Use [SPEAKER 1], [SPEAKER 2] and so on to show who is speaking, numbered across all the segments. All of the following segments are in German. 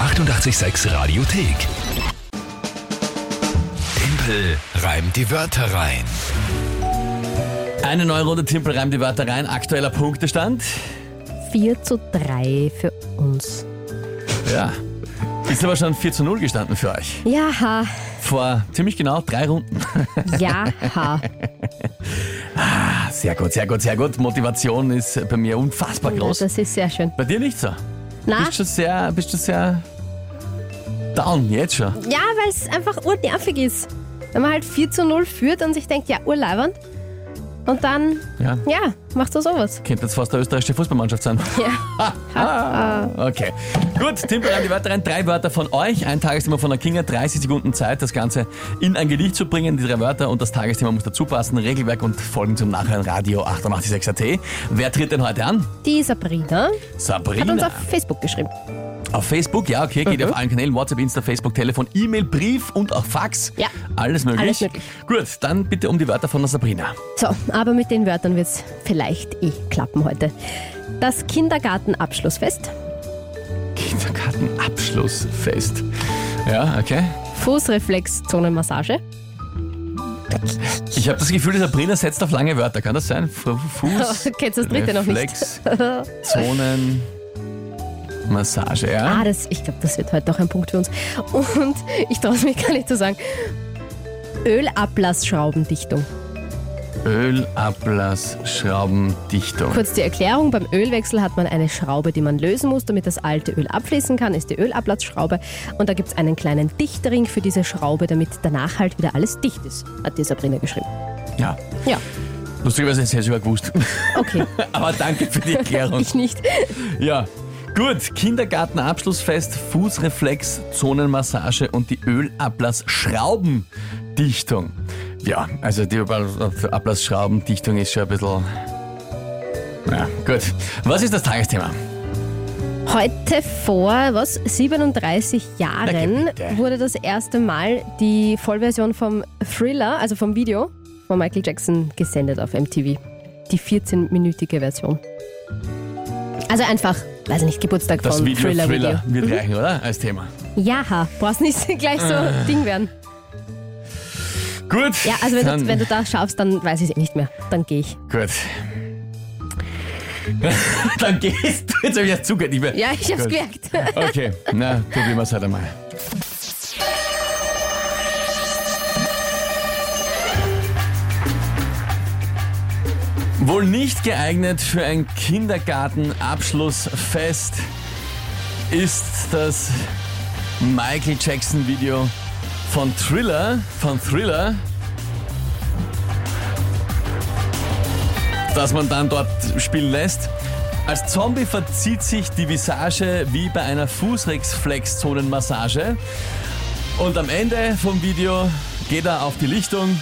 [SPEAKER 1] 886 Radiothek. Tempel reimt die Wörter rein.
[SPEAKER 2] Eine neue Runde Timpel reimt die Wörter rein. Aktueller Punktestand.
[SPEAKER 3] 4 zu 3 für uns.
[SPEAKER 2] Ja. Ist aber schon 4 zu 0 gestanden für euch.
[SPEAKER 3] Jaha,
[SPEAKER 2] Vor ziemlich genau drei Runden.
[SPEAKER 3] jaha.
[SPEAKER 2] Ah, Sehr gut, sehr gut, sehr gut. Motivation ist bei mir unfassbar
[SPEAKER 3] Ja,
[SPEAKER 2] groß.
[SPEAKER 3] das Ah. ist sehr schön.
[SPEAKER 2] Bei dir nicht so.
[SPEAKER 3] Na,
[SPEAKER 2] Bist du sehr, bist du sehr down jetzt schon.
[SPEAKER 3] ja, weil es einfach urnervig ist. Wenn man halt 4 zu 0 führt und sich denkt, ja, urleibernd. Und dann,
[SPEAKER 2] Ja.
[SPEAKER 3] ja, machst du sowas.
[SPEAKER 2] Könnte jetzt fast der österreichische Fußballmannschaft sein. Ja. okay. Gut, Timpel an die weiteren drei Wörter von euch. Ein Tagesthema von der Kinga, 30 Sekunden Zeit, das Ganze in ein Gedicht zu bringen. Die drei Wörter und das Tagesthema muss dazu passen. Regelwerk und Folgen zum Nachhinein Radio 886 AT. Wer tritt denn heute an?
[SPEAKER 3] Die Sabrina hat Mhm. uns
[SPEAKER 2] Sabrina.
[SPEAKER 3] auf Facebook geschrieben.
[SPEAKER 2] Auf Facebook, ja, okay, geht auf allen Kanälen, WhatsApp, Insta, Facebook, Telefon, E-Mail, Brief und auch Fax.
[SPEAKER 3] Ja.
[SPEAKER 2] Alles möglich.
[SPEAKER 3] Alles möglich.
[SPEAKER 2] Gut, dann bitte um die Wörter von der Sabrina.
[SPEAKER 3] So, aber mit den Wörtern wird es vielleicht eh klappen heute. Das Kindergartenabschlussfest,
[SPEAKER 2] Kindergartenabschlussfest. Ja, okay.
[SPEAKER 3] Fußreflexzonenmassage,
[SPEAKER 2] Ich habe das Gefühl, die Sabrina setzt auf lange Wörter. Kann das sein? Fu- Fuß.
[SPEAKER 3] Kennst das dritte noch nicht.
[SPEAKER 2] Reflex, Zonen. Massage, ja.
[SPEAKER 3] Ah, das, ich glaube, das wird heute doch ein Punkt für uns. Und ich traue es mir gar nicht zu sagen. Ölablassschraubendichtung. Ah.
[SPEAKER 2] Ölablass, Schraubendichtung.
[SPEAKER 3] Kurz die Erklärung, beim Ölwechsel hat man eine Schraube, die man lösen muss, damit das alte Öl abfließen kann, ist die Ölablassschraube. Und da gibt es einen kleinen Dichtring für diese Schraube, damit danach halt wieder alles dicht ist, hat die Sabrina geschrieben.
[SPEAKER 2] Ja.
[SPEAKER 3] Ja,
[SPEAKER 2] Lustigerweise hätte ich es sogar gewusst.
[SPEAKER 3] okay,
[SPEAKER 2] Aber danke für die Erklärung.
[SPEAKER 3] ich nicht.
[SPEAKER 2] Ja. Gut, Kindergartenabschlussfest, Fußreflex, Zonenmassage und die Ölablass-Schraubendichtung. Ja, also die Ölablass-Schraubendichtung ist schon ein bisschen... Ja, gut. Was ist das Tagesthema?
[SPEAKER 3] Heute vor, was, 37 Jahren
[SPEAKER 2] Na, geh bitte.
[SPEAKER 3] wurde das erste Mal die Vollversion vom Thriller, also vom Video von Michael Jackson gesendet auf MTV. Die 14-minütige Version. Also einfach, weiß ich nicht, Geburtstag
[SPEAKER 2] Das
[SPEAKER 3] von
[SPEAKER 2] Video
[SPEAKER 3] Thriller,
[SPEAKER 2] Thriller,
[SPEAKER 3] Mhm.
[SPEAKER 2] wird reichen, oder? Als Thema.
[SPEAKER 3] Video. Ja, brauchst nicht gleich so
[SPEAKER 2] Ah.
[SPEAKER 3] Ding werden.
[SPEAKER 2] Gut.
[SPEAKER 3] Ja, also wenn
[SPEAKER 2] dann,
[SPEAKER 3] du, wenn du da schaffst, dann weiß ich es eh nicht mehr. Dann gehe ich.
[SPEAKER 2] Gut. dann gehst du. Jetzt habe ich ja zugehört. Ich bin-
[SPEAKER 3] Ja, ich hab's
[SPEAKER 2] Gut.
[SPEAKER 3] gemerkt.
[SPEAKER 2] Okay, na, probieren wir es halt einmal. Wohl nicht geeignet für ein Kindergartenabschlussfest ist das Michael Jackson Video von Thriller, von Thriller, das man dann dort spielen lässt. Als Zombie verzieht sich die Visage wie bei einer Fußreflexzonenmassage. Und am Ende vom Video geht er auf die Lichtung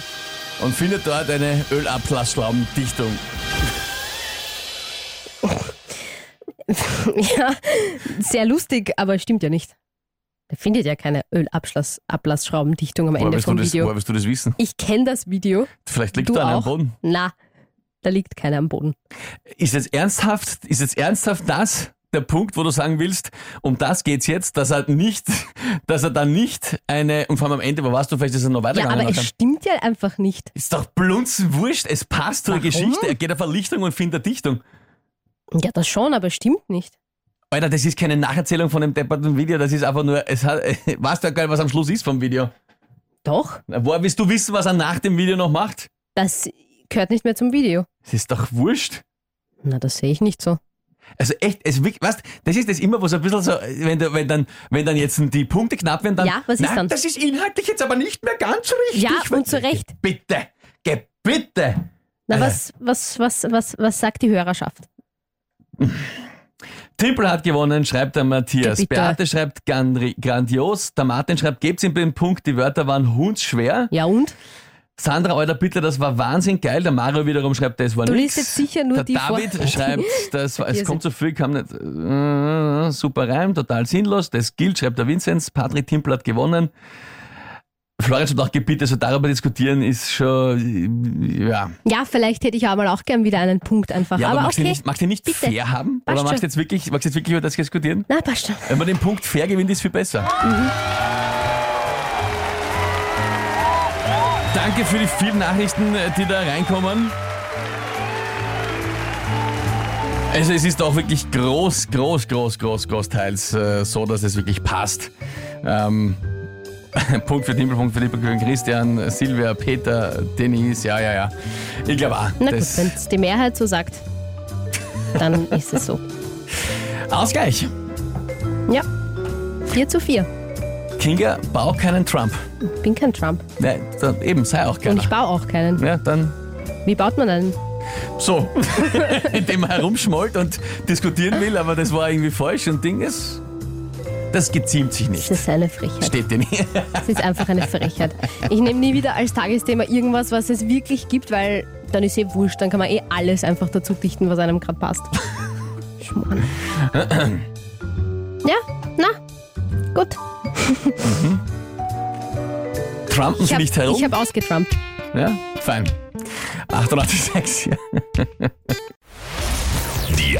[SPEAKER 2] und findet dort eine Ölablassschraubendichtung.
[SPEAKER 3] ja, sehr lustig, aber stimmt ja nicht. Da findet ja keine Ölablassschraubendichtung am Ende vom Video.
[SPEAKER 2] willst du das wissen?
[SPEAKER 3] Ich kenne das Video.
[SPEAKER 2] Vielleicht liegt
[SPEAKER 3] du
[SPEAKER 2] da einer am
[SPEAKER 3] auch?
[SPEAKER 2] Boden.
[SPEAKER 3] Na, da liegt keiner am Boden.
[SPEAKER 2] Ist jetzt ernsthaft, ist jetzt ernsthaft das der Punkt, wo du sagen willst, um das geht's jetzt, dass er nicht, dass er dann nicht eine, und vor allem am Ende, wo warst du, vielleicht ist er noch
[SPEAKER 3] Ja,
[SPEAKER 2] weitergegangen.
[SPEAKER 3] aber
[SPEAKER 2] nachher.
[SPEAKER 3] es stimmt ja einfach nicht.
[SPEAKER 2] Ist doch blunzenwurscht, es passt zur
[SPEAKER 3] Warum?
[SPEAKER 2] Geschichte. Er geht auf eine Lichtung und findet eine Dichtung.
[SPEAKER 3] Ja, das schon, aber es stimmt nicht.
[SPEAKER 2] Alter, das ist keine Nacherzählung von einem depperten Video, das ist einfach nur, es hat, weißt du ja gar nicht, was am Schluss ist vom Video.
[SPEAKER 3] Doch,
[SPEAKER 2] Na, Woher willst du wissen, was er nach dem Video noch macht?
[SPEAKER 3] das gehört nicht mehr zum Video.
[SPEAKER 2] Das ist doch wurscht.
[SPEAKER 3] Na, das sehe ich nicht so.
[SPEAKER 2] Also echt, es wirkt, weißt, das ist das immer, was ein bisschen so, wenn, du, wenn, dann, wenn dann jetzt die Punkte knapp werden, dann.
[SPEAKER 3] Ja, was ist
[SPEAKER 2] nein,
[SPEAKER 3] dann?
[SPEAKER 2] Das ist inhaltlich jetzt aber nicht mehr ganz richtig.
[SPEAKER 3] Ja, und zu Recht.
[SPEAKER 2] Bitte, bitte.
[SPEAKER 3] Na,
[SPEAKER 2] Alter.
[SPEAKER 3] was, was, was, was, was sagt die Hörerschaft?
[SPEAKER 2] Timpel hat gewonnen, schreibt der Matthias.
[SPEAKER 3] Bitte.
[SPEAKER 2] Beate schreibt gandri- grandios. Der Martin schreibt, gebt's ihm den Punkt, die Wörter waren hundsschwer.
[SPEAKER 3] Ja und?
[SPEAKER 2] Sandra Euler Bittler, das war wahnsinnig geil. Der Mario wiederum schreibt, das war
[SPEAKER 3] Du
[SPEAKER 2] nix.
[SPEAKER 3] liest jetzt sicher nur
[SPEAKER 2] der
[SPEAKER 3] die vor.
[SPEAKER 2] David schreibt, das war, es
[SPEAKER 3] Irrsinn.
[SPEAKER 2] kommt so viel, kam nicht. Äh, super Reim, total sinnlos. Das gilt, schreibt der Vinzenz. Patrick Timpel hat gewonnen. Florian zum Dachgebiet, also darüber diskutieren ist schon, äh, ja.
[SPEAKER 3] Ja, vielleicht hätte ich auch mal auch gern wieder einen Punkt einfach.
[SPEAKER 2] ja
[SPEAKER 3] aber
[SPEAKER 2] magst du
[SPEAKER 3] okay.
[SPEAKER 2] nicht, magst du nicht
[SPEAKER 3] Bitte.
[SPEAKER 2] fair haben?
[SPEAKER 3] Passt
[SPEAKER 2] oder magst du
[SPEAKER 3] schon.
[SPEAKER 2] jetzt wirklich, magst du jetzt wirklich über das diskutieren?
[SPEAKER 3] Na, passt schon.
[SPEAKER 2] Wenn man den Punkt fair gewinnt, ist viel besser. Danke für die vielen Nachrichten, die da reinkommen. Also es ist auch wirklich groß, groß, groß, groß, großteils äh, so, dass es wirklich passt. Ähm, Punkt für Timpel, Punkt für Lippe, Christian, Silvia, Peter, Denise, ja, ja, ja. Ich glaube auch.
[SPEAKER 3] Na
[SPEAKER 2] das-
[SPEAKER 3] gut, wenn es die Mehrheit so sagt, dann ist es so.
[SPEAKER 2] Ausgleich.
[SPEAKER 3] Ja. 4 zu 4.
[SPEAKER 2] Kinga, bau keinen Trump.
[SPEAKER 3] Bin kein Trump.
[SPEAKER 2] Nein, dann eben, sei auch
[SPEAKER 3] Und
[SPEAKER 2] keiner.
[SPEAKER 3] ich baue auch keinen.
[SPEAKER 2] Ja, dann
[SPEAKER 3] Wie baut man einen?
[SPEAKER 2] So, indem man herumschmollt und diskutieren will, aber das war irgendwie falsch und Ding ist, das geziemt sich
[SPEAKER 3] Das
[SPEAKER 2] nicht.
[SPEAKER 3] ist eine Frechheit.
[SPEAKER 2] Steht dir nicht.
[SPEAKER 3] Das ist einfach eine Frechheit. Ich nehme nie wieder als Tagesthema irgendwas, was es wirklich gibt, weil dann ist eh wurscht. Dann kann man eh alles einfach dazu dichten, was einem gerade passt. Schmarrn. Ja, na, gut.
[SPEAKER 2] Trumpen
[SPEAKER 3] Ich
[SPEAKER 2] Sie
[SPEAKER 3] habe
[SPEAKER 2] nicht herum.
[SPEAKER 3] hab ausgetrumpt.
[SPEAKER 2] ja, fein. 886. Ja.
[SPEAKER 1] Die